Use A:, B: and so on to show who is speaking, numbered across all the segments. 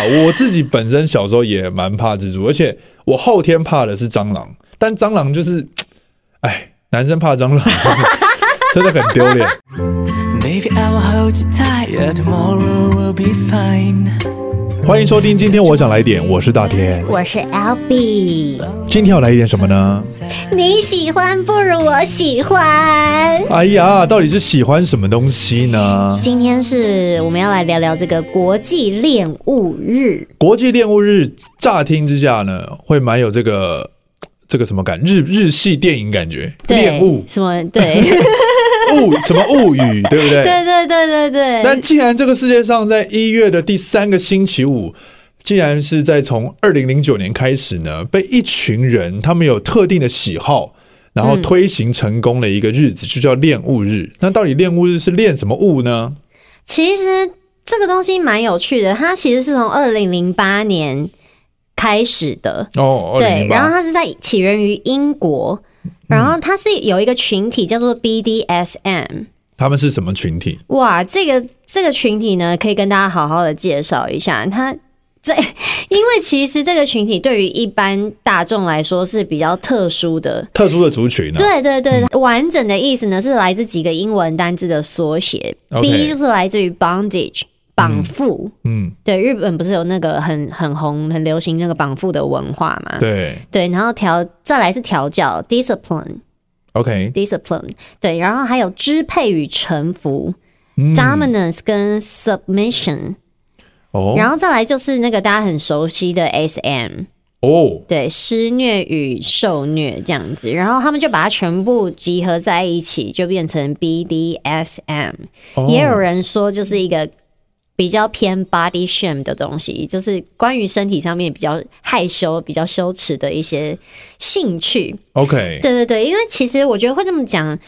A: 啊我自己本身小时候也蛮怕蜘蛛，而且我后天怕的是蟑螂，但蟑螂就是，哎，男生怕蟑螂 真的很丢脸。
B: Baby, I will hold you tight. Yeah, tomorrow will be fine.
A: 欢迎收听，今天我想来点，我是大天，
C: 我是 L B，
A: 今天要来一点什么呢？
C: 你喜欢不如我喜欢。
A: 哎呀，到底是喜欢什么东西呢？
C: 今天是我们要来聊聊这个国际恋物日，
A: 国际恋物日，乍听之下呢，会蛮有这个这个什么感，日日系电影感觉，
C: 对
A: 恋物
C: 什么？ 对，
A: 物什么物语，对不对？
C: 对对对对
A: 但
C: 对，
A: 既然这个世界上在一月的第三个星期五，既然是在从二零零九年开始呢，被一群人他们有特定的喜好，然后推行成功的一个日子，
C: 嗯
A: 就叫恋物日。那到底恋物日是恋什么物呢？
C: 其实这个东西蛮有趣的，它其实是从二零零八年开始的，
A: 哦，二零
C: 对
A: 零，
C: 然后
A: 八，
C: 它是在起源于英国。然后它是有一个群体叫做 BDSM，
A: 他们是什么群体？
C: 哇，这个这个群体呢，可以跟大家好好的介绍一下。他这，因为其实这个群体对于一般大众来说是比较特殊的。
A: 特殊的族群啊呢、
C: 对对对，
A: 嗯
C: 完整的意思呢是来自几个英文单字的缩写。
A: OK
C: B 就是来自于 bondage 绑缚，
A: 嗯，
C: 对，日本不是有那个很很红、很流行那个绑缚的文化嘛？
A: 对
C: 对，然后调再来是调教 discipline
A: ，OK，
C: discipline，对，然后还有支配与臣服。
A: 嗯，
C: dominance 跟 submission，、
A: 哦，
C: 然后再来就是那个大家很熟悉的 SM，
A: 哦，
C: 对，施虐与受虐这样子，然后他们就把它全部集合在一起，就变成 BDSM。
A: 哦
C: 也有人说，就是一个比较偏 body shame 的东西，就是关于身体上面比较害羞、比较羞耻的一些兴趣。
A: OK，
C: 对对对，因为其实我觉得会这么讲，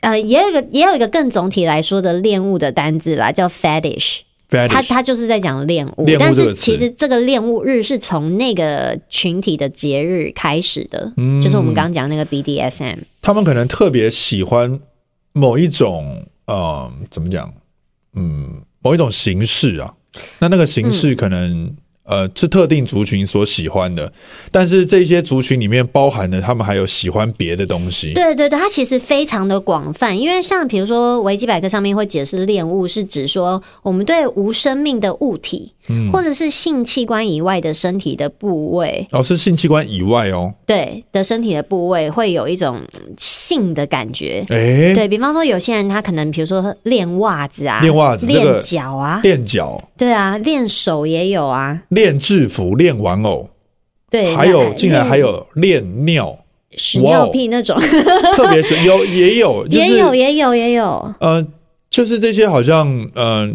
C: 呃，也有一个也有一个更总体来说的恋物的单字啦，叫 fetish。他
A: fetish
C: 他就是在讲恋物，
A: 恋物
C: 但
A: 这个
C: 是
A: 词
C: 其实这个恋物日是从那个群体的节日开始的，
A: 嗯
C: 就是我们刚刚讲那个 BDSM。
A: 他们可能特别喜欢某一种，呃，怎么讲？嗯，某一种形式啊。那那个形
C: 嗯
A: 式可能、呃是特定族群所喜欢的，但是这些族群里面包含的，他们还有喜欢别的东西。
C: 对对对，它其实非常的广泛，因为像比如说维基百科上面会解释恋物是指说我们对无生命的物体，
A: 嗯
C: 或者是性器官以外的身体的部位，
A: 哦，是性器官以外哦。
C: 对的身体的部位会有一种嗯性的感觉。
A: 诶，
C: 对比方说，有些人他可能比如说练袜子啊，
A: 练袜子这个
C: 练脚啊，
A: 练脚、
C: 对啊，练手也有啊，
A: 练制服、练玩偶，
C: 对，
A: 还有竟然还
C: 练
A: 有练尿，
C: 屎
A: 哇哦
C: 尿屁那种，
A: 特别是有也有，就是
C: 也有也有也有，
A: 呃，就是这些好像呃，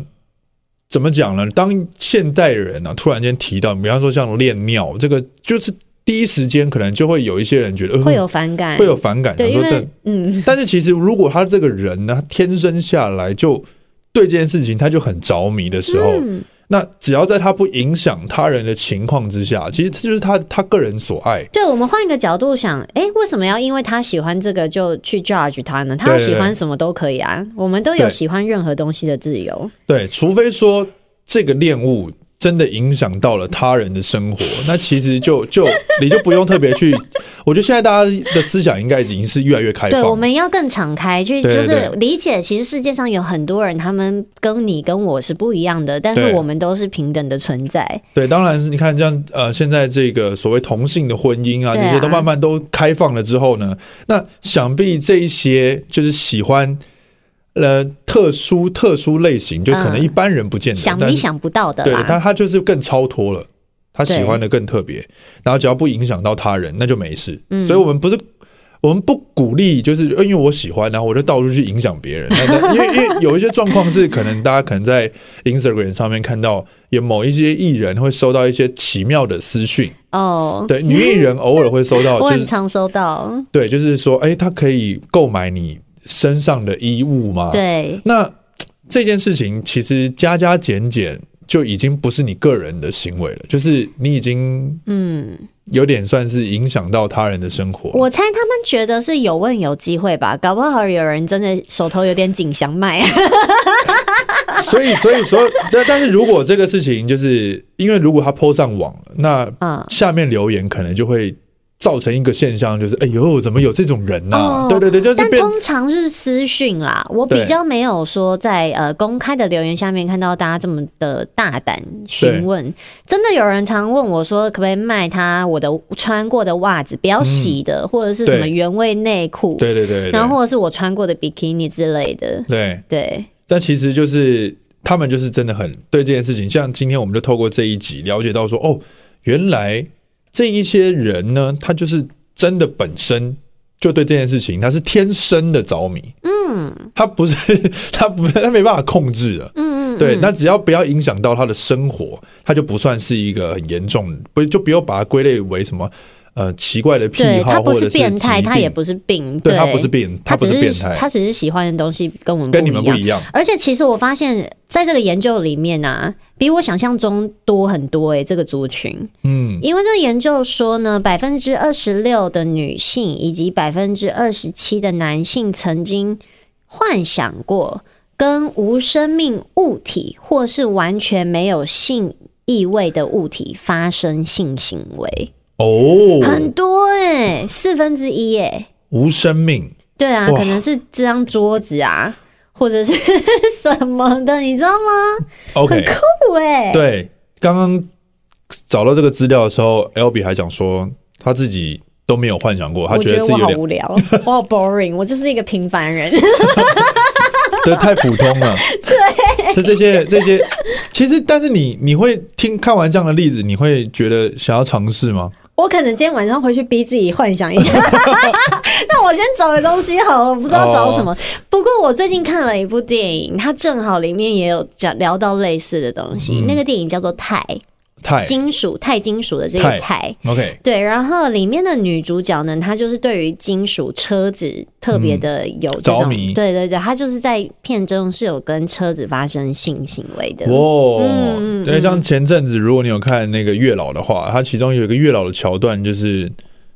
A: 怎么讲呢？当现代人呢、突然间提到，比方说像恋尿这个，就是第一时间可能就会有一些人觉得、呃、
C: 会有反感，
A: 会有反感，
C: 对，
A: 想
C: 因
A: 说
C: 为
A: 这，
C: 嗯，
A: 但是其实如果他这个人呢，他天生下来就对这件事情他就很着迷的时候，
C: 嗯
A: 那只要在他不影响他人的情况之下，其实这就是他他个人所爱。
C: 对，我们换一个角度想，哎，为什么要因为他喜欢这个就去 judge 他呢？他要
A: 对对
C: 喜欢什么都可以啊，我们都有
A: 对
C: 喜欢任何东西的自由。
A: 对，除非说这个恋物真的影响到了他人的生活，那其实就就你就不用特别去。 我觉得现在大家的思想应该已经是越来越开
C: 对，我
A: 放了。
C: 们要更敞开去，就
A: 对对
C: 是理解，其实世界上有很多人，他们跟你跟我是不一样的，但是
A: 对
C: 我们都是平等的存在。
A: 对，当然是你看，像呃，现在这个所谓同性的婚姻啊，这
C: 对啊
A: 些都慢慢都开放了之后呢，那想必这一些就是喜欢呃特殊特殊类型，就可能
C: 嗯
A: 一般人不见得，
C: 想
A: 但
C: 你
A: 是
C: 想不到的
A: 对，
C: 啦，
A: 但他就是更超脱了，他喜
C: 对
A: 欢的更特别，然后只要不影响到他人，那就没事。
C: 嗯
A: 所以我们不是。我们不鼓励，就是呃因为我喜欢，然后我就到处去影响别人。那那 因为因为有一些状况是，可能大家可能在 Instagram 上面看到，有某一些艺人会收到一些奇妙的私 讯。
C: 哦，
A: 对，女艺人偶尔会收到，
C: 我
A: 就
C: 很
A: 是啊
C: 常收到，
A: 对，就是说，哎、她可以购买你身上的衣物吗？
C: 对
A: 那这件事情其实加加减减就已经不是你个人的行为了，就是你已经
C: 嗯，
A: 有点算是影响到他人的生活。
C: 我猜他们觉得是有问有机会吧，搞不好有人真的手头有点紧想买。
A: 所以，所以所有，但但是如果这个事情就是因为如果他 PO 上网了，
C: 嗯
A: 那下面留言可能就会造成一个现象，就是哎呦，怎么有这种人呢、
C: 哦
A: 对对对，就是
C: 但
A: 变
C: 通常是私讯啦，我比
A: 对
C: 较没有说在呃公开的留言下面看到大家这么的大胆询问。真的有人常问我说，可不可以卖他我的穿过的袜子，不要洗的，或者是什么
A: 嗯对
C: 原味内裤，
A: 对对对对，
C: 然后或者是我穿过的比基尼之类的。
A: 对，
C: 对，
A: 但其实就是他们就是真的很对这件事情，像今天我们就透过这一集了解到说，哦，原来这一些人呢，他就是真的本身就对这件事情他是天生的着迷，嗯，他不是 他不他没办法控制的，
C: 嗯嗯，
A: 对，
C: 嗯
A: 那只要不要影响到他的生活，他就不算是一个很严重，不就不要把它归类为什么呃奇怪的癖
C: 对他
A: 好或
C: 不
A: 者
C: 是变态，
A: 疾
C: 他也
A: 病
C: 不是病，
A: 对他不是病，
C: 他
A: 不是
C: 只
A: 变
C: 是
A: 态，
C: 他只是喜欢的东西跟我们
A: 跟你们
C: 不
A: 不
C: 一样。
A: 一样，
C: 而且其实我发现，在这个研究里面啊，比我想象中多很多诶、这个族群，
A: 嗯，
C: 因为这个研究说呢，百分之二十六的女性以及百分之二十七的男性曾经幻想过跟无生命物体或是完全没有性意味的物体发生性行为，
A: 哦，
C: 很多诶、四分之一欸诶、
A: 无生命，
C: 对啊，
A: 哇
C: 可能是这张桌子啊，或者是 什么的，你知道吗？
A: OK，
C: 酷哎、
A: 对，刚刚找到这个资料的时候，L B 还想说他自己都没有幻想过，他
C: 我
A: 觉
C: 觉
A: 得
C: 得
A: 自己
C: 我
A: 有
C: 好
A: 点
C: 无聊，哦我好 boring，我就是一个平凡人。
A: 对太普通 了。对，这这些这些，其实但是你你会听看完这样的例子，你会觉得想要尝试吗？
C: 我可能今天晚上回去逼自己幻想一下，那我先找个东西好了，我不知道找什么。
A: 哦
C: 不过我最近看了一部电影，它正好里面也有讲聊到类似的东西。
A: 嗯
C: 那个电影叫做《钛
A: 哎太
C: 金属钛金属》的这个
A: 钛
C: 钛，
A: OK，
C: 对，然后里面的女主角呢，她就是对于金属车子特别的有这
A: 嗯着
C: 种，
A: 迷
C: 对对对，她就是在片中是有跟车子发生性行为的。
A: 哇，
C: 嗯
A: 对，像前阵子如果你有看那个月老的话，它其中有一个月老的桥段，就是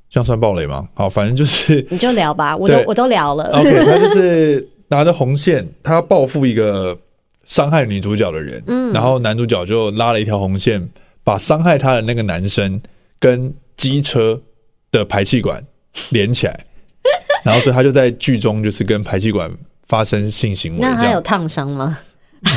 A: 这样算暴雷吗？好，反正就是
C: 你就聊吧，我都
A: 对哦
C: 我都聊了。
A: OK，他就是拿着红线，他要报复一个伤害女主角的人，
C: 嗯
A: 然后男主角就拉了一条红线，把伤害他的那个男生跟机车的排气管连起来，然后所以他就在剧中就是跟排气管发生性行为
C: 那
A: 这
C: 她有
A: 样，
C: 烫伤吗？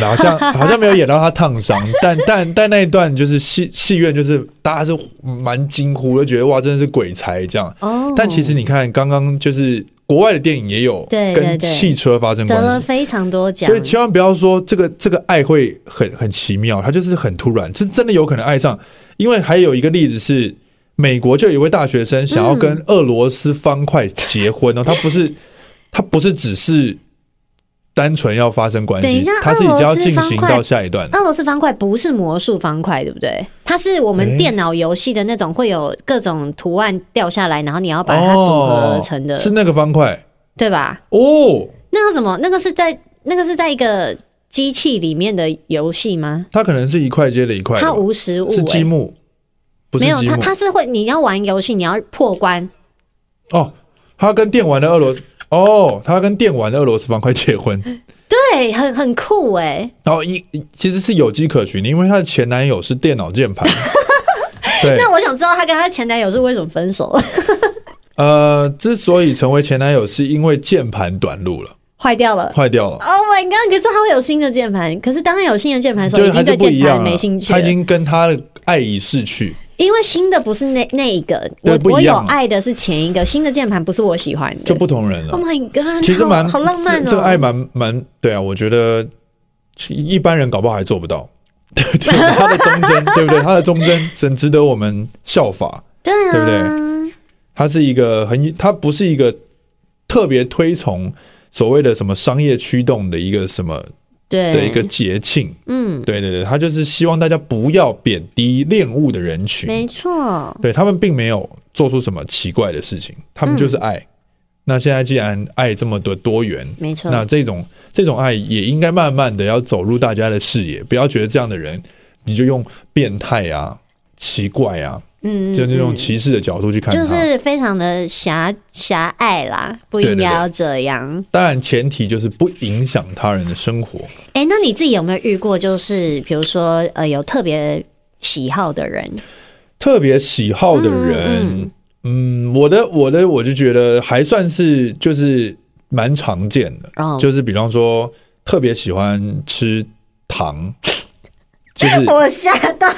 A: 好像好像没有演到他烫伤，但但但那一段就是戏戏院就是大家是蛮惊呼，就觉得哇真的是鬼才这样，
C: 哦，
A: 但其实你看，刚刚就是国外的电影也有
C: 对对
A: 跟
C: 对
A: 汽车发生
C: 得了
A: 关系，
C: 非常多奖
A: 所以，千万不要说这个这个爱会很很奇妙，它就是很突然，是真的有可能爱上。因为还有一个例子是，美国就有一位大学生想要跟俄罗斯方块结 婚哦，他不是他不是只是单纯要发生关
C: 等一
A: 系
C: 下，
A: 他是已经要进行
C: 俄罗斯方块
A: 到下一段了。
C: 俄罗斯方块不是魔术方块，对不对？它是我们
A: 诶
C: 电脑游戏的那种，会有各种图案掉下来，然后你要把它组合而
A: 哦，
C: 成的，
A: 是那个方块
C: 对吧？
A: 哦，
C: 那要怎么？那个是在那个是在一个机器里面的游戏吗？
A: 它可能是一块接了一块的，
C: 它无实物、
A: 是积
C: 欸
A: 木，不是
C: 没有
A: 积
C: 它，
A: 木。
C: 它是会你要玩游戏，你要破关，
A: 哦，他跟电玩的俄罗斯，哦，他跟电玩的俄罗斯方块结婚，
C: 对，很很酷哎、
A: 然后一其实是有迹可循的，因为她的前男友是电脑键盘。对，
C: 那我想知道她跟她前男友是为什么分手 了，
A: 呃，之所以成为前男友，是因为键盘短路了，
C: 坏掉了。
A: 坏掉了，
C: Oh my god！可是他会有新的键盘，可是当他有新的键盘的时候，
A: 就
C: 已
A: 是
C: 经
A: 还
C: 对
A: 是不
C: 键
A: 一
C: 盘
A: 样了
C: 没兴。趣
A: 他
C: 了
A: 已。经跟他的爱已逝去，
C: 因为新的不是那那一个，
A: 对
C: 我
A: 不
C: 我
A: 一
C: 有
A: 样啊
C: 爱的是前一个，新的键盘不是我喜欢的。
A: 就不同人了
C: Oh。my god！
A: 其实
C: 好
A: 蛮
C: 好浪漫哦，
A: 这这个爱蛮蛮对啊，我觉得一般人搞不好还做不到。对对，他的忠贞，对不对？他的忠贞，很值得我们效法。
C: 对啊，
A: 对不对它是一个很，它不是一个特别推崇所谓的什么商业驱动的一个什么
C: 对
A: 的一个节庆。
C: 嗯，
A: 对对对，它就是希望大家不要贬低恋物的人群
C: 没，错。
A: 对他们并没有做出什么奇怪的事情，他们就是爱。那现在既然爱这么的多元，
C: 嗯没错
A: 那这种这种爱也应该慢慢的要走入大家的视野，不要觉得这样的人你就用变态啊、奇怪啊，
C: 嗯，
A: 就那种歧视的角度去看它。
C: 就是非常的狭狭隘啦，不应该要这样。
A: 当然，前提就是不影响他人的生活。
C: 哎、那你自己有没有遇过，就是比如说呃，有特别喜好的人？
A: 特别喜好的
C: 嗯
A: 人，嗯我的我的我就觉得还算是就是蛮常见的，
C: 哦
A: 就是比方说特别喜欢吃 糖，就是
C: 我吓到，我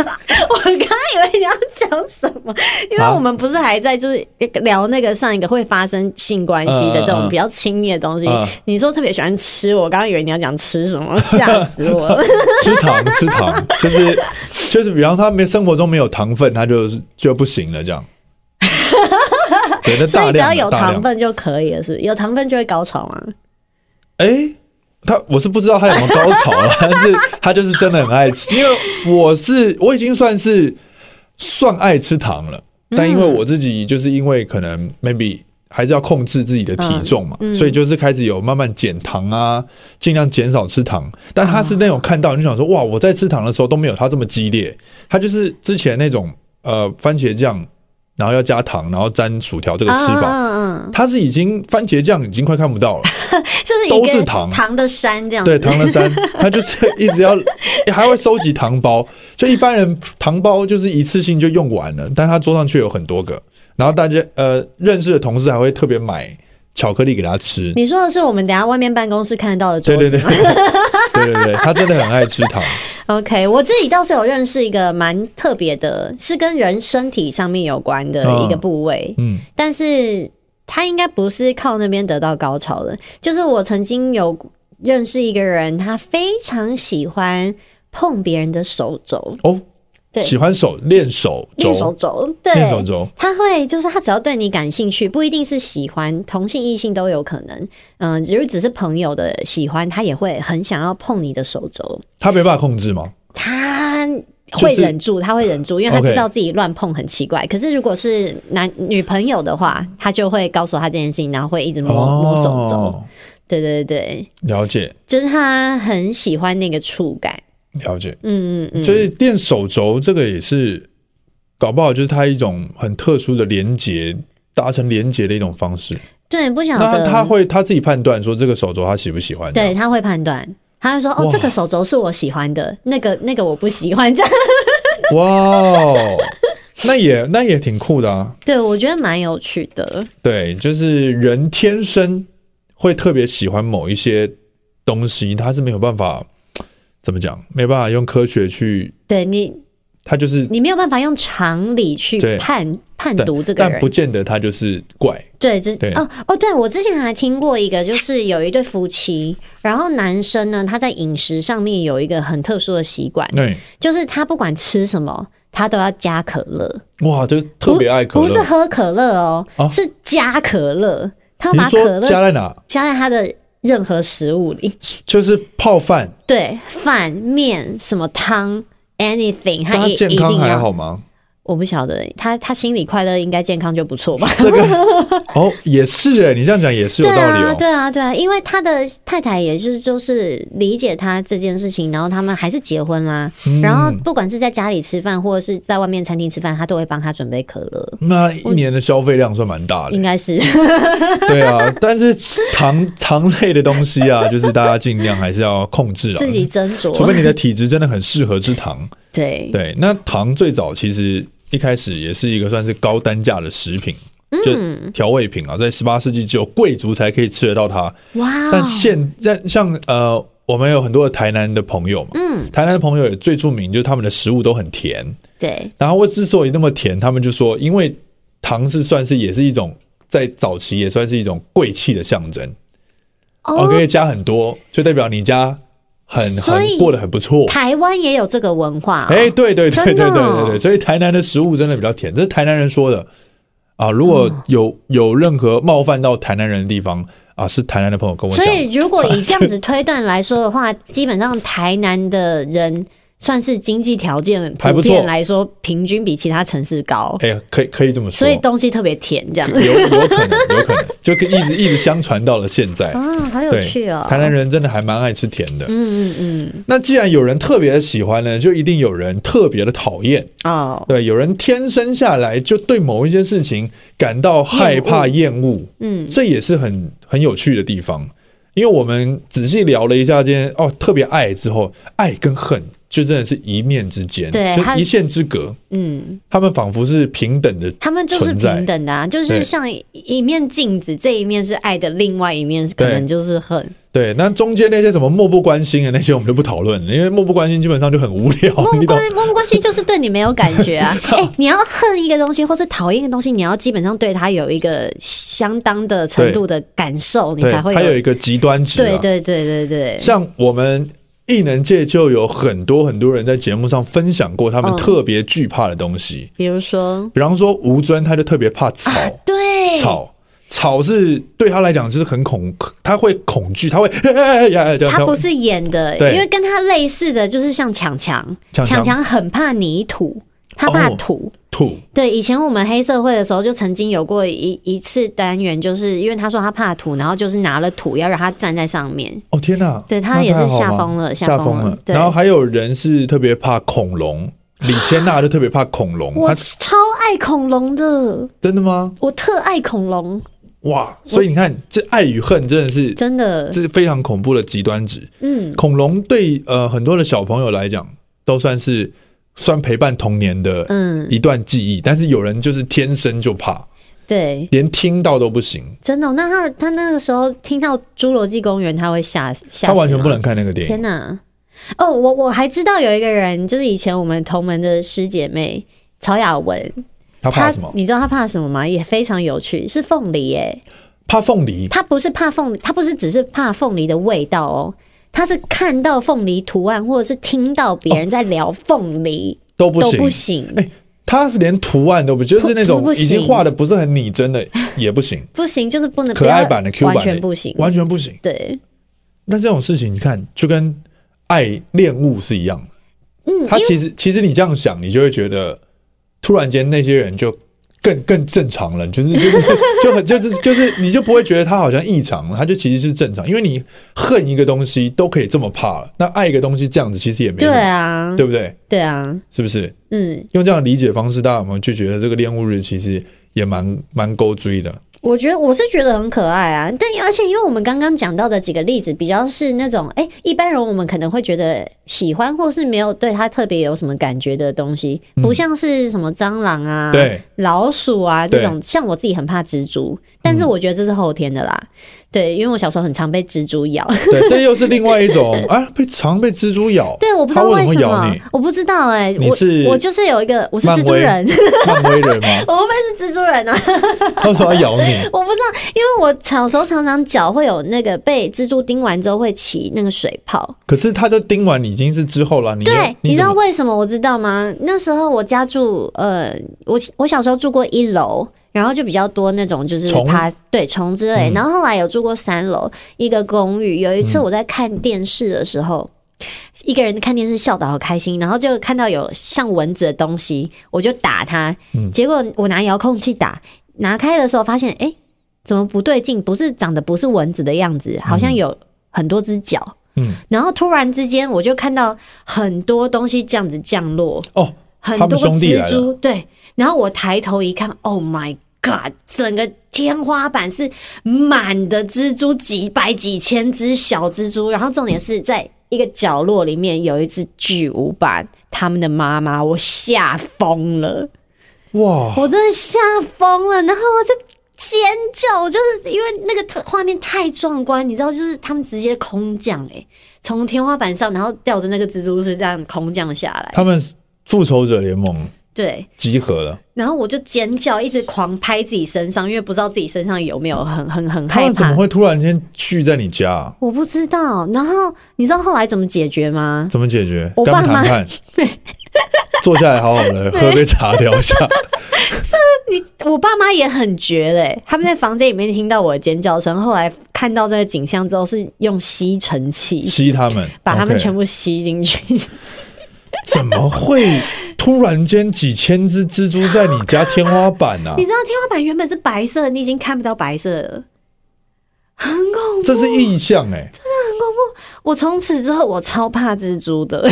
C: 刚以为你要讲什么，因为
A: 啊
C: 我们不是还在就是聊那个上一个会发生性关系的
A: 嗯嗯
C: 这种
A: 嗯
C: 比较亲密的东西
A: 嗯。
C: 你说特别喜欢吃，我刚刚以为你要讲吃什 么，吓死我了。
A: 吃糖吃糖，就是就是比方说他没生活中没有糖分，他就就不行了这 样。对，那
C: 所
A: 大
C: 以只
A: 量
C: 要
A: 的
C: 有
A: 大
C: 糖
A: 量
C: 分就可以了，是不是？有糖分就会高潮吗？
A: 哎、他我是不知道他有没有高潮啊，但是他就是真的很爱吃，因为我是我已经算是算爱吃糖了，但因为我自己就是因为可能 maybe 还是要控制自己的体重嘛，所以就是开始有慢慢减糖啊，尽量减少吃糖。但他是那种看到你就想说哇，我在吃糖的时候都没有他这么激烈，他就是之前那种呃番茄酱，然后要加糖，然后沾薯条这个吃法。
C: 嗯嗯，
A: 他是已经番茄酱已经快看不到了，
C: 就是
A: 都
C: 一
A: 是
C: 个
A: 糖
C: 糖的山这样子。
A: 对，唐人 山，他就是一直要，还会收集糖包。就一般人糖包就是一次性就用完了，但他桌上却有很多个。然后大家呃认识的同事还会特别买巧克力给他吃。
C: 你说的是我们等一下外面办公室看得到的桌
A: 对
C: 子
A: 对对， 对对对，他真的很爱吃糖。
C: OK，我自己倒是有认识一个蛮特别的，是跟人身体上面有关的一个部位，
A: 嗯，
C: 但是他应该不是靠那边得到高潮的。就是我曾经有认识一个人，他非常喜欢碰别人的手肘，
A: 哦，
C: 对
A: 喜欢手练手肘
C: 练，手肘，对，
A: 练手肘，
C: 他会就是他只要对你感兴趣，不一定是喜欢，同性异性都有可能。嗯、如果只是朋友的喜欢，他也会很想要碰你的手肘。
A: 他没办法控制吗？
C: 他
A: 就
C: 会
A: 是
C: 忍住，他会忍住，因为他
A: OK
C: 知道自己乱碰很奇怪。可是如果是男女朋友的话，他就会告诉他这件事情，然后会一直摸、摸手肘。
A: 哦，
C: 对对对，
A: 了解
C: 就是他很喜欢那个触感。
A: 了解。
C: 嗯嗯嗯，
A: 所以练手肘这个也是，搞不好就是它一种很特殊的连接，达成连接的一种方式。
C: 对，不晓
A: 那
C: 得
A: 他会他自己判断说这个手肘他喜不喜欢。啊
C: 对，他会判断。他会说：“哦，
A: 哇
C: 这个手肘是我喜欢的，那个那个我不喜欢。”这样，
A: 哇哦，那也那也挺酷的啊。
C: 对我觉得蛮有趣的。
A: 对，就是人天生会特别喜欢某一些东西，他是没有办法怎么讲，没办法用科学去，
C: 对你，
A: 他就是
C: 你没有办法用常理去
A: 对
C: 判判
A: 但
C: 读这个
A: 但
C: 人
A: 不，见得他就是怪。
C: 对，这
A: 对
C: 哦哦，对我之前还听过一个，就是有一对夫妻，然后男生呢，他在饮食上面有一个很特殊的习惯，
A: 对，
C: 就是他不管吃什么，他都要加可乐，
A: 哇，就是特别爱可
C: 不，不是
A: 乐。
C: 喝可乐哦，
A: 啊
C: 是加可乐，他
A: 你
C: 把
A: 是
C: 可
A: 说
C: 乐
A: 加在哪？
C: 加在他的任何食物里，
A: 就是泡饭，
C: 对，饭、面、什么汤，anything，
A: 但
C: 他
A: 他
C: 也
A: 健康
C: 啊一定
A: 还
C: 要
A: 好。吗？
C: 我不晓得，欸他他心里快乐，应该健康就不错吧。
A: 这个哦，也是 哎，你这样讲也是有
C: 对
A: 道理
C: 啊，
A: 哦。
C: 对啊，对啊，因为他的太太也是就是理解他这件事情，然后他们还是结婚啦。
A: 嗯
C: 然后不管是在家里吃饭，或者是在外面餐厅吃饭，他都会帮他准备可乐，
A: 那一年的消费量算蛮大
C: 应
A: 的，
C: 该是
A: 对啊。但是糖糖类的东西 啊，就是大家尽量还是要控制啊，
C: 自己斟
A: 除
C: 酌。
A: 非你的体质真的很适合吃糖。
C: 对，
A: 对，那糖最早其实一开始也是一个算是高单价的食品，
C: 嗯
A: 就调味品啊，在十八世纪只有贵族才可以吃得到它。
C: 哇
A: 但现在像呃，我们有很多的台南的朋友嘛，
C: 嗯，
A: 台南的朋友也最著名就是他们的食物都很甜，
C: 对，
A: 然后为之所以那么甜，他们就说因为糖是算是也是一种在早期也算是一种贵气的象征，哦，可以加很多，就代表你家很
C: 所以
A: 很过得很不错。
C: 台湾也有这个文化、哦。
A: 哎、对对对对
C: 真的
A: 对
C: 哦
A: 对对，所以台南的食物真的比较甜，这是台南人说的啊。如果
C: 哦
A: 有有任何冒犯到台南人的地方啊，是台南的朋友跟我
C: 所
A: 讲。
C: 以如果以这样子推断来说的话，基本上台南的人。算是经济条件
A: 还
C: 普
A: 不错
C: 遍来说，平均比其他城市高，
A: 哎、可以可以这么说，
C: 所以东西特别甜，这样
A: 有有可能，有可能，就可以一直一直相传到了现在。
C: 啊，好有
A: 对
C: 趣哦，
A: 台南人真的还蛮爱吃甜的。
C: 嗯嗯
A: 那既然有人特别的喜欢呢，就一定有人特别的讨厌。
C: 嗯，哦，
A: 对，有人天生下来就对某一些事情感到害怕、厌恶，
C: 嗯
A: 这也是很很有趣的地方。因为我们仔细聊了一下，今天哦，特别爱之后，爱跟恨就真的是一念之间，
C: 对它
A: 就一线之隔，
C: 嗯，
A: 他们仿佛是平等的，
C: 他们就是
A: 存在
C: 平等的啊，就是
A: 对
C: 像一面镜子，这一面是爱的，另外一面可能就是恨。
A: 对，那中间那些什么漠不关心的那些，我们就不讨论了，因为漠不关心基本上就很无聊，
C: 漠
A: 你
C: 不
A: 懂
C: 关？漠不关心就是对你没有感觉啊！哎、你要恨一个东西或者讨厌一个东西，你要基本上对它有一个相当的程度的感受，你
A: 对，
C: 才会
A: 它有一个极端值、啊。
C: 对对对对对，
A: 像我们艺能界就有很多很多人在节目上分享过他们
C: 嗯
A: 特别惧怕的东西，
C: 比如说
A: 比方说吴尊，他就特别怕草，
C: 啊对
A: 草。草是对他来讲就是很恐，他会恐惧，他会 呀这样
C: 他不是演的，
A: 对
C: 因为跟他类似的就是像强强，
A: 强强
C: 强强很怕泥土，他怕
A: 哦
C: 土。
A: 吐，
C: 对，以前我们黑社会的时候，就曾经有过一一次单元，就是因为他说他怕土，然后就是拿了土要让他站在上面。
A: 哦天哪！
C: 对他
A: 那
C: 也是
A: 还好
C: 吓
A: 吗
C: 疯了吓
A: 吓
C: 疯
A: 疯
C: 了
A: 了。
C: 对
A: 然后还有人是特别怕恐龙，李千娜就特别怕恐龙。
C: 我
A: 她
C: 超爱恐龙的，
A: 真的吗？
C: 我特爱恐龙，
A: 哇！所以你看，这爱与恨真的是
C: 真的
A: 这。是非常恐怖的极端值。
C: 嗯，
A: 恐龙对呃很多的小朋友来讲，都算是算陪伴童年的
C: 嗯
A: 一段记忆。但是有人就是天生就怕，
C: 对，
A: 连听到都不行，
C: 真的哦、那他他那个时候听到《侏罗纪公园》，他会吓吓死
A: 他完全
C: 吗
A: 不能看那个电
C: 天
A: 影。
C: 哪！哦，我我还知道有一个人，就是以前我们同门的师姐妹曹雅文，
A: 他怕什么？
C: 你知道她怕什么吗？也非常有趣，是凤梨耶。
A: 怕凤梨。
C: 她不是怕凤梨，她不是只是怕凤梨的味道哦，她是看到凤梨图案，或者是听到别人在聊凤梨、
A: 都不
C: 都
A: 行，
C: 不行，
A: 哎他连图案都不，就是那
C: 不不
A: 种
C: 行
A: 已经画的不是很拟真的也不行，
C: 不行，就是 不能
A: 可爱版的
C: 不
A: Q
C: 要
A: 版的
C: 完全不行，
A: 完全不行。
C: 对，
A: 那这种事情，你看就跟爱恋物是一样的。
C: 嗯，
A: 他
C: 因为
A: 其实其实你这样想，你就会觉得突然间那些人就更更正常了，就是就是就很就是就是你就不会觉得他好像异常了，他就其实是正常，因为你恨一个东西都可以这么怕了，那爱一个东西这样子其实也没什
C: 对
A: 么，
C: 啊，
A: 对不对？
C: 对啊，
A: 是不是？
C: 嗯，
A: 用这样的理解方式，大家有没有就觉得这个恋物日其实也蛮蛮勾追的？
C: 我觉得我是觉得很可爱啊，但而且因为我们刚刚讲到的几个例子，比较是那种哎、诶一般人我们可能会觉得喜欢或是没有对他特别有什么感觉的东西，不像是什么蟑螂啊、
A: 嗯对
C: 老鼠啊
A: 对嗯
C: 这种。像我自己很怕蜘蛛，但是我觉得这是后天的啦。对，因为我小时候很常被蜘蛛咬，
A: 对，这又是另外一种啊，被常被蜘蛛咬。
C: 对，我不知
A: 它
C: 道
A: 为什么
C: 为什
A: 会咬
C: 么
A: 你，
C: 我不知道哎、
A: 你是
C: 我我就是有一个我是
A: 漫
C: 蜘蛛
A: 威
C: 人，
A: 漫威人吗？
C: 我会不会是蜘蛛人啊？
A: 他说要咬你，
C: 我不知道，因为我小时候常常脚会有那个被蜘蛛叮完之后会起那个水泡。
A: 可是他就叮完已经是之后了，你
C: 对，你知
A: 怎
C: 道
A: 么
C: 为什么我知道吗？那时候我家住呃，我我小时候住过一楼。然后就比较多那种就是
A: 虫嗯
C: 爬对虫之类，然后后来有住过三楼一个公寓。有一次我在看电视的时候，一个人看电视笑得好开心，然后就看到有像蚊子的东西，我就打它。
A: 嗯
C: 结果我拿遥控器打，拿开的时候发现，哎、怎么不对劲？不是长得不是蚊子的样子，好像有很多只脚。
A: 嗯，
C: 然后突然之间我就看到很多东西这样子降落，
A: 哦，
C: 很
A: 他
C: 多
A: 们兄弟
C: 蜘
A: 来
C: 蛛，
A: 了
C: 对。然后我抬头一看，Oh my God！整个天花板是满的蜘蛛，几百几千只小蜘蛛。然后重点是在一个角落里面有一只巨无霸，他们的妈妈，我吓疯了。
A: 哇，
C: 我真的吓疯了，然后我就尖叫，我就是因为那个画面太壮观，你知道，就是他们直接空降哎、欸从天花板上，然后吊着那个蜘蛛是这样空降下来，
A: 他们复仇者联盟
C: 对，
A: 集合了，
C: 然后我就尖叫，一直狂拍自己身上，因为不知道自己身上有没有很很很
A: 他
C: 害
A: 们怎么
C: 怕，
A: 会突然间聚在你家啊？
C: 我不知道。然后你知道后来怎么解决吗？
A: 怎么解决？
C: 我
A: 跟
C: 爸
A: 他们谈
C: 妈
A: 判，坐下来好好的喝杯茶聊一 下。
C: 我爸妈也很绝嘞、他们在房间里面听到我的尖叫声，后来看到这个景象之后，是用吸尘器
A: 吸他们，
C: 把他们
A: OK
C: 全部吸进去。
A: 怎么会突然间几千只蜘蛛在你家天花板呢、啊
C: 你？知道天花板原本是白色的，你已经看不到白色了，很恐怖，
A: 这是意象哎、
C: 很恐怖。我从此之后我超怕蜘蛛的，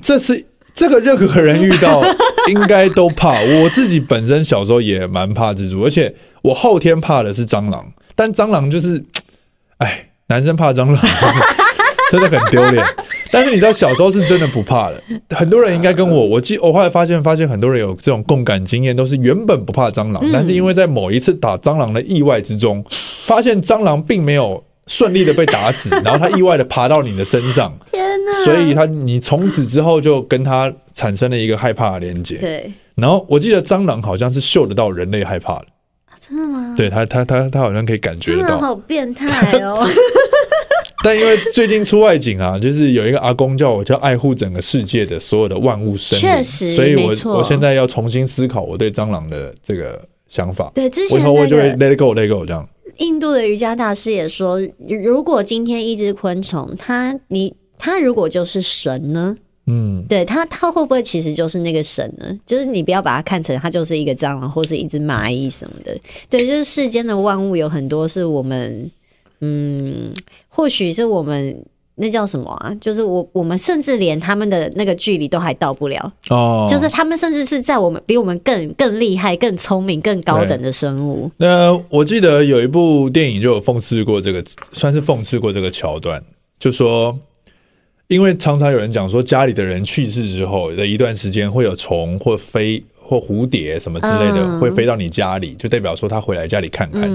A: 这是这个任何人遇到应该都怕。我自己本身小时候也蛮怕蜘蛛，而且我后天怕的是蟑螂，但蟑螂就是，哎，男生怕蟑螂真的真的很丢脸。但是你知道，小时候是真的不怕的。很多人应该跟我，我记我后来发现，发现很多人有这种共感经验，都是原本不怕蟑螂，但是因为在某一次打蟑螂的意外之中，发现蟑螂并没有顺利的被打死，然后它意外的爬到你的身上，
C: 天哪！
A: 所以他你从此之后就跟他产生了一个害怕的连接。
C: 对，
A: 然后我记得蟑螂好像是嗅得到人类害怕的，
C: 啊真的吗？
A: 对他他他他好像可以感觉
C: 真
A: 得
C: 的
A: 到。
C: 好变态哦！
A: 但因为最近出外景啊，就是有一个阿公叫我叫爱护整个世界的所有的万物生
C: 确
A: 灵，
C: 实
A: 所以我
C: 没错
A: 我现在要重新思考我对蟑螂的这个想法。
C: 对，之
A: 我
C: 前
A: 以后我
C: 那
A: 就会
C: 个
A: let it go let it go 这样。
C: 印度的瑜伽大师也说，如果今天一只昆虫，它你它如果就是神呢？
A: 嗯，
C: 对它，它会不会其实就是那个神呢？就是你不要把它看成它就是一个蟑螂或是一只蚂蚁什么的。对，就是世间的万物有很多是我们，嗯，或许是我们那叫什么啊？就是我我们甚至连他们的那个距离都还到不了，
A: 哦，
C: 就是他们甚至是在我们比我们更更厉害、更聪明、更高等的生物。
A: 那我记得有一部电影就有讽刺过这个，算是讽刺过这个桥段，就说，因为常常有人讲说，家里的人去世之后的一段时间，会有虫或飞或蝴蝶什么之类的、
C: 嗯
A: 会飞到你家里，就代表说他回来家里看看。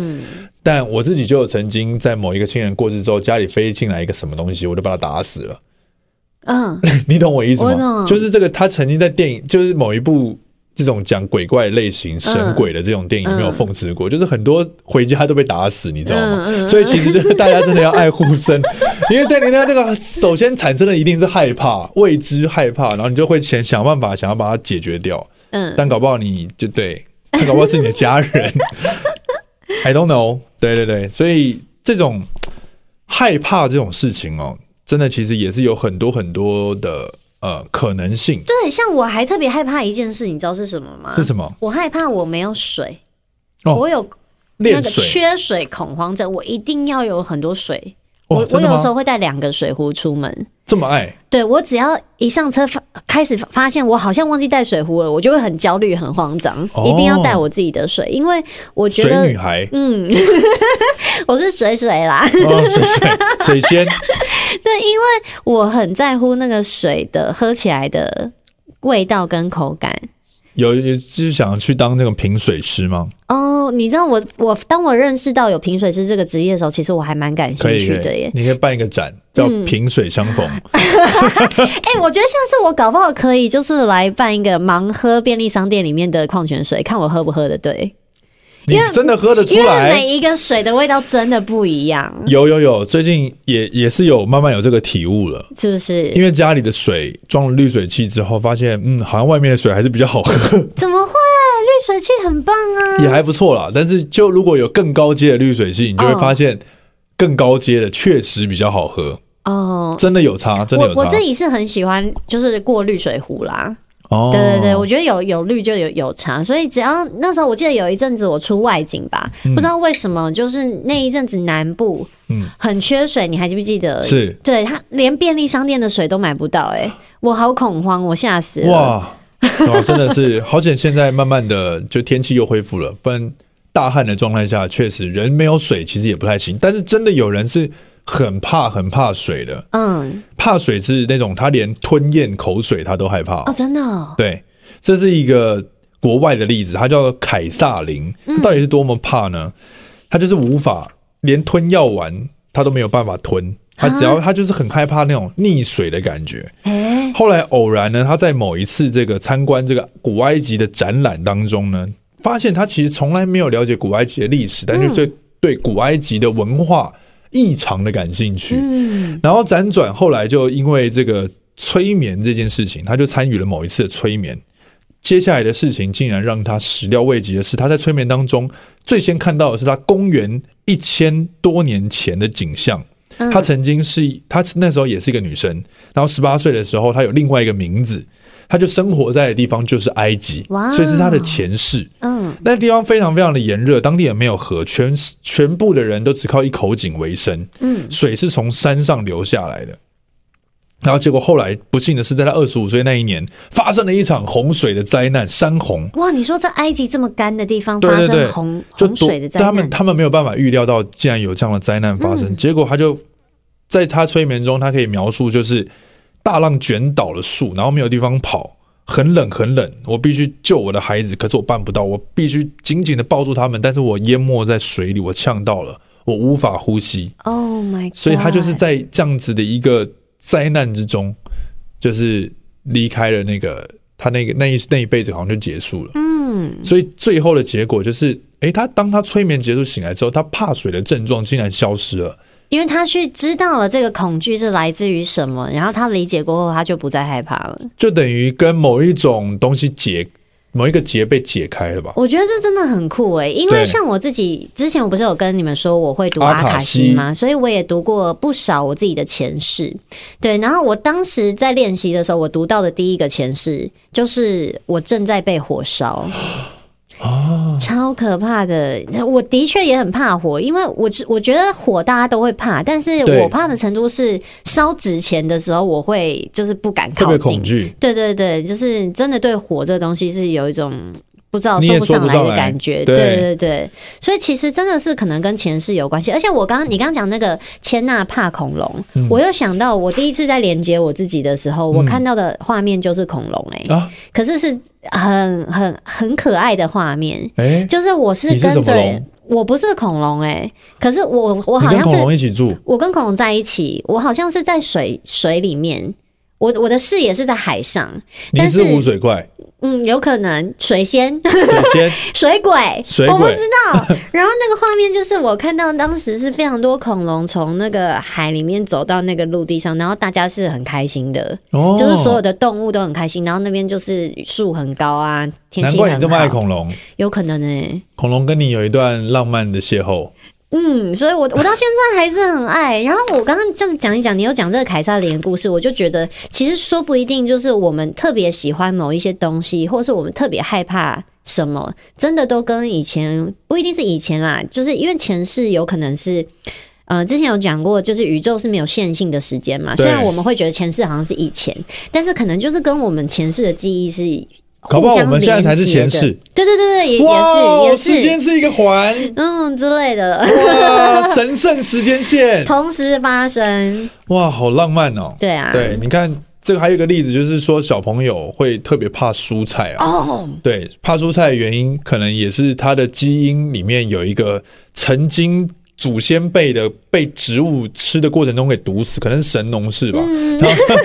A: 但我自己就有曾经在某一个亲人过世之后，家里飞进来一个什么东西，我就把它打死了。
C: 嗯，
A: 你懂我意思
C: 我
A: 吗？
C: 懂
A: 就是这个，他曾经在电影，就是某一部这种讲鬼怪类
C: 嗯
A: 型、神鬼的这种电影，没有讽刺过，就是很多回家都被打死，你知道吗？
C: 嗯嗯嗯
A: 所以其实就是大家真的要爱护身，因为对人家那个首先产生的一定是害怕、未知、害怕，然后你就会想想办法，想要把它解决掉。
C: 嗯，
A: 但搞不好你就对，但搞不好是你的家 人。I don't know。对对对，所以这种害怕这种事情哦，真的其实也是有很多很多的呃可能性。
C: 对，像我还特别害怕一件事，你知道是什么吗？
A: 是什么？
C: 我害怕我没有水，
A: 哦
C: 我有那
A: 练
C: 个
A: 水
C: 缺水恐慌症，我一定要有很多水。
A: 哇
C: 我我
A: 哦真的
C: 有
A: 吗
C: 时候会带两个水壶出门，
A: 这么爱
C: 对我只要一上车发开始发现我好像忘记带水壶了，我就会很焦虑、很慌张，
A: 哦
C: 一定要带我自己的水，因为我觉
A: 水
C: 得，
A: 女孩
C: 嗯，我是水水啦，
A: 哦、水水水仙，
C: 我很在乎那个水的喝起来的味道跟口感。
A: 有有就是想去当那种评水师吗？
C: 哦，你知道我我当我认识到有品水师这个职业的时候，其实我还蛮感
A: 可
C: 兴
A: 以，
C: 趣
A: 可
C: 的
A: 以
C: 耶，。嗯
A: 你可以办一个展叫“萍水相逢
C: 哎、我觉得下次我搞不好可以就是来办一个盲喝便利商店里面的矿泉水，看我喝不喝的对，”，
A: 你真的喝得出
C: 因为
A: 来？
C: 每一个水的味道真的不一样，
A: 有有有，最近也也是有慢慢有这个体悟了。
C: 是不是
A: 因？为家里的水装了滤水器之后，发现嗯，好像外面的水还是比较好喝，
C: 怎么会？滤水器很棒啊！
A: 也还不错啦。但是就如果有更高阶的滤水器，你就会
C: 嗯
A: 发现更高阶的确实比较好喝，
C: 哦，
A: 真的有差，真的
C: 我
A: 有
C: 我
A: 差
C: 自。己是很喜欢就是过滤水壶啦。
A: 哦
C: 对对对，我觉得有有绿就有有茶，所以只要那时候我记得有一阵子我出外景吧，不知道为什么，就是那一阵子南部
A: 嗯
C: 很缺水，你还记不记得？
A: 是
C: 对他连便利商店的水都买不到、哎，我好恐慌，我吓死了。
A: 哇，哇真的是好险！现在慢慢的就天气又恢复了，不然大旱的状态下，确实人没有水其实也不太行。但是真的有人是很怕很怕水的，
C: 嗯，
A: 怕水是那种他连吞咽口水他都害怕
C: 哦，真的、哦，
A: 对，这是一个国外的例子，它叫凯撒林，
C: 嗯
A: 它到底是多么怕呢？它就是无法连吞药丸，它都没有办法吞，它
C: 啊
A: 只要它就是很害怕那种溺水的感觉。
C: 哎、
A: 后来偶然呢，他在某一次这个参观这个古埃及的展览当中呢，发现他其实从来没有了解古埃及的历史，但
C: 嗯
A: 是对对古埃及的文化异常的感兴趣。
C: 嗯，
A: 然后辗转后来就因为这个催眠这件事情，他就参与了某一次的催眠。接下来的事情竟然让他始料未及的是，他在催眠当中最先看到的是他公元一千多年前的景象，
C: 嗯
A: 她曾经是她那时候也是一个女生，然后十八岁的时候她有另外一个名字，她就生活在的地方就是埃及，
C: 哇
A: 所以是她的前世。
C: 嗯，
A: 那地方非常非常的炎热，当地也没有河，全全部的人都只靠一口井为生。
C: 嗯，
A: 水是从山上流下来的。然后结果后来不幸的是，在他二十五岁那一年，发生了一场洪水的灾难，山洪。
C: 哇，你说在埃及这么干的地方
A: 对
C: 发
A: 对对
C: 生洪
A: 就
C: 洪
A: 多
C: 水的灾
A: 他们
C: 难，嗯
A: 他们没有办法预料到，竟然有这样的灾难发生。结果他就在他催眠中，他可以描述就是大浪卷倒了树，然后没有地方跑，很冷很冷，我必须救我的孩子，可是我办不到，我必须紧紧的抱住他们，但是我淹没在水里，我呛到了，我无法呼吸，
C: Oh my god！
A: 所以他就是在这样子的一个灾难之中，就是离开了那个他那个那一那一辈子好像就结束了。
C: 嗯，
A: 所以最后的结果就是，诶，他当他催眠结束醒来之后，他怕水的症状竟然消失了。
C: 因为他去知道了这个恐惧是来自于什么，然后他理解过后，他就不再害怕了。
A: 就等于跟某一种东西解，某一个结被解开了吧？
C: 我觉得这真的很酷诶、因为
A: 对
C: 像我自己之前我不是有跟你们说我会读
A: 阿
C: 阿
A: 卡
C: 卡西
A: 西
C: 吗？所以我也读过不少我自己的前世。对，然后我当时在练习的时候，我读到的第一个前世就是我正在被火烧。
A: 哦
C: 超可怕的！我的确也很怕火，因为我我觉得火大家都会怕，但是
A: 对
C: 我怕的程度是烧纸钱的时候，我会就是不敢
A: 特
C: 靠
A: 别恐
C: 近。
A: 惧，
C: 对对对，就是真的对火这个东西是有一种不知道
A: 你也
C: 不
A: 说不
C: 上来
A: 上
C: 的
A: 来
C: 感觉。
A: 对
C: 对对对，所以其实真的是可能跟前世有关系。而且我刚刚你刚刚讲那个千娜怕恐龙，
A: 嗯
C: 我又想到我第一次在连接我自己的时候，我看到的画面就是恐龙哎、
A: 啊
C: 可是是很很很可爱的画面，
A: 诶，
C: 就是我是
A: 你是
C: 跟
A: 什么
C: 着
A: 龙。
C: 我不是恐龙哎、可是我我
A: 你
C: 好
A: 跟
C: 像
A: 恐
C: 是
A: 龙一起住，
C: 我跟恐龙在一起，我好像是在水水里面，我我的视野是在海上，
A: 你
C: 但
A: 是
C: 是
A: 无水怪，
C: 嗯，有可能水仙、
A: 首先
C: 水鬼，
A: 水
C: 我不
A: 鬼
C: 知 道。然后那个画面就是我看到当时是非常多恐龙从那个海里面走到那个陆地上，然后大家是很开心的，
A: 哦，
C: 就是所有的动物都很开心。然后那边就是树很高啊，
A: 哦
C: 天
A: 难
C: 气
A: 怪你
C: 很
A: 这么爱
C: 好，
A: 恐龙，
C: 有可能欸诶、
A: 恐龙跟你有一段浪漫的邂逅，
C: 嗯，所以我我到现在还是很爱。然后我刚刚这样讲一讲，你有讲这个凯撒琳的故事，我就觉得其实说不一定就是我们特别喜欢某一些东西，或是我们特别害怕什么，真的都跟以前不一定是以前啦，就是因为前世有可能是。呃，之前有讲过，就是宇宙是没有线性的时间嘛。虽
A: 对
C: 然我们会觉得前世好像是以前，但是可能就是跟我们前世的记忆是
A: 搞不
C: 互
A: 好
C: 相
A: 我们现在才是前
C: 连接
A: 世
C: 的。对对对对，也
A: 哇，
C: 也是
A: 时
C: 也
A: 间
C: 是，
A: 是一个环，
C: 嗯之类的。
A: 哇，神圣时间 线，
C: 同时发生，
A: 哇，好浪漫哦。
C: 对啊，
A: 对，你看这个还有一个例子，就是说小朋友会特别怕蔬菜啊。
C: 哦，
A: 对，怕蔬菜的原因可能也是他的基因里面有一个曾经祖先辈的被植物吃的过程中给毒死，可能是神农氏吧。
C: 嗯
A: 然后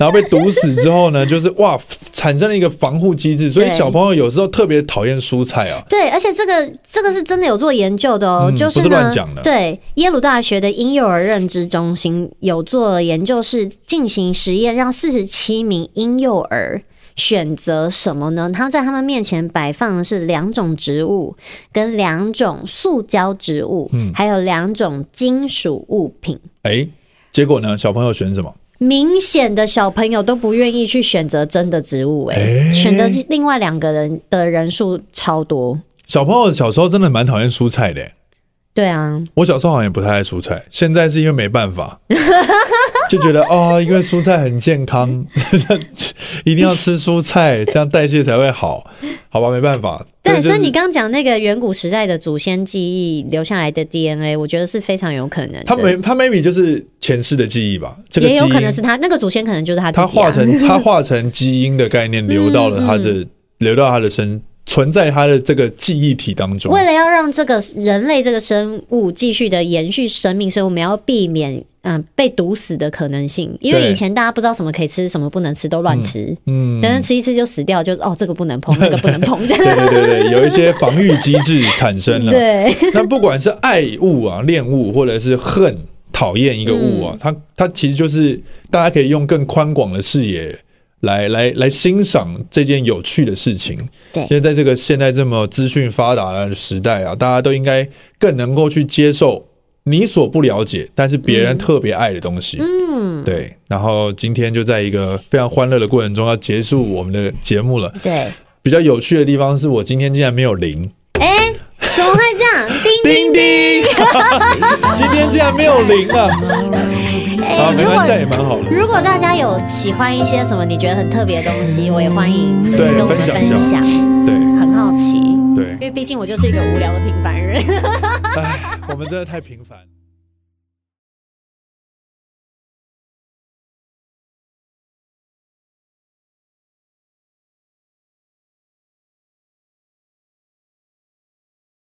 A: 然后被毒死之后呢，就是哇，产生了一个防护机制，所以
C: 对
A: 小朋友有时候特别讨厌蔬菜啊。
C: 对，而且这个这个是真的有做研究的哦，
A: 嗯
C: 就是
A: 不是
C: 呢，
A: 乱讲的
C: 对，耶鲁大学的婴幼儿认知中心有做研究，是进行实验，让四十七名婴幼儿。选择什么呢？他在他们面前摆放的是两种植物，跟两种塑胶植物，
A: 嗯
C: 还有两种金属物品。
A: 哎，结果呢，小朋友选什么？
C: 明显的小朋友都不愿意去选择真的植物、欸，
A: 哎
C: 选择另外两个人的人数超多。
A: 小朋友小时候真的蛮讨厌蔬菜的、
C: 对啊，
A: 我小时候好像也不太爱蔬菜，现在是因为没办 法，就觉得哦，因为蔬菜很健康， 一定要吃蔬菜，这样代谢才会好，好吧？没办法。
C: 对，
A: 这就是
C: 所以你刚刚讲那个远古时代的祖先记忆留下来的 DNA，我觉得是非常有可能的。
A: 他没他 maybe 就是前世的记忆吧，这个
C: 也有
A: 基
C: 可
A: 因
C: 能是他那个祖先，可能就是他自
A: 他
C: 己、
A: 化
C: 啊。 嗯
A: 成他化成基因的概念流到了他的、流到他的身，存在他的这个记忆体当中
C: 为。了要让这个人类这个生物继续的延续生命，所以我们要避免嗯、被毒死的可能性。因为
A: 对
C: 以前大家不知道什么可以吃，什么不能吃，都乱吃。
A: 嗯，
C: 等人吃一吃就死掉，就是哦，这个不能碰，那个不能 碰，这
A: 对
C: 样。
A: 对对对，有一些防御机制产生 了。
C: 对，
A: 那不管是爱物啊、恋物，或者是恨、讨厌一个物啊，它它其实就是大家可以用更宽广的视野来来来欣赏这件有趣的事情。
C: 对
A: 因为在这个现在这么资讯发达的时代啊，大家都应该更能够去接受你所不了解，但是别人特别爱的东西。嗯，对。然后今天就在一个非常欢乐的过程中要结束我们的节目了。
C: 对，
A: 比较有趣的地方是我今天竟然没有零，
C: 哎，怎么会这样？叮
A: 叮叮， 今天竟然没有零啊！啊，
C: 哎，
A: 没
C: 如
A: 关系，这样也
C: 果
A: 蛮好的。
C: 如果大家有喜欢一些什么你觉得很特别的东西，我也欢迎
A: 对
C: 跟我们
A: 分享一
C: 分
A: 下
C: 享，
A: 对
C: 很好奇，因
A: 对，
C: 为毕竟我就是一个无聊的平凡人。
A: 哎，我们真的太平凡了。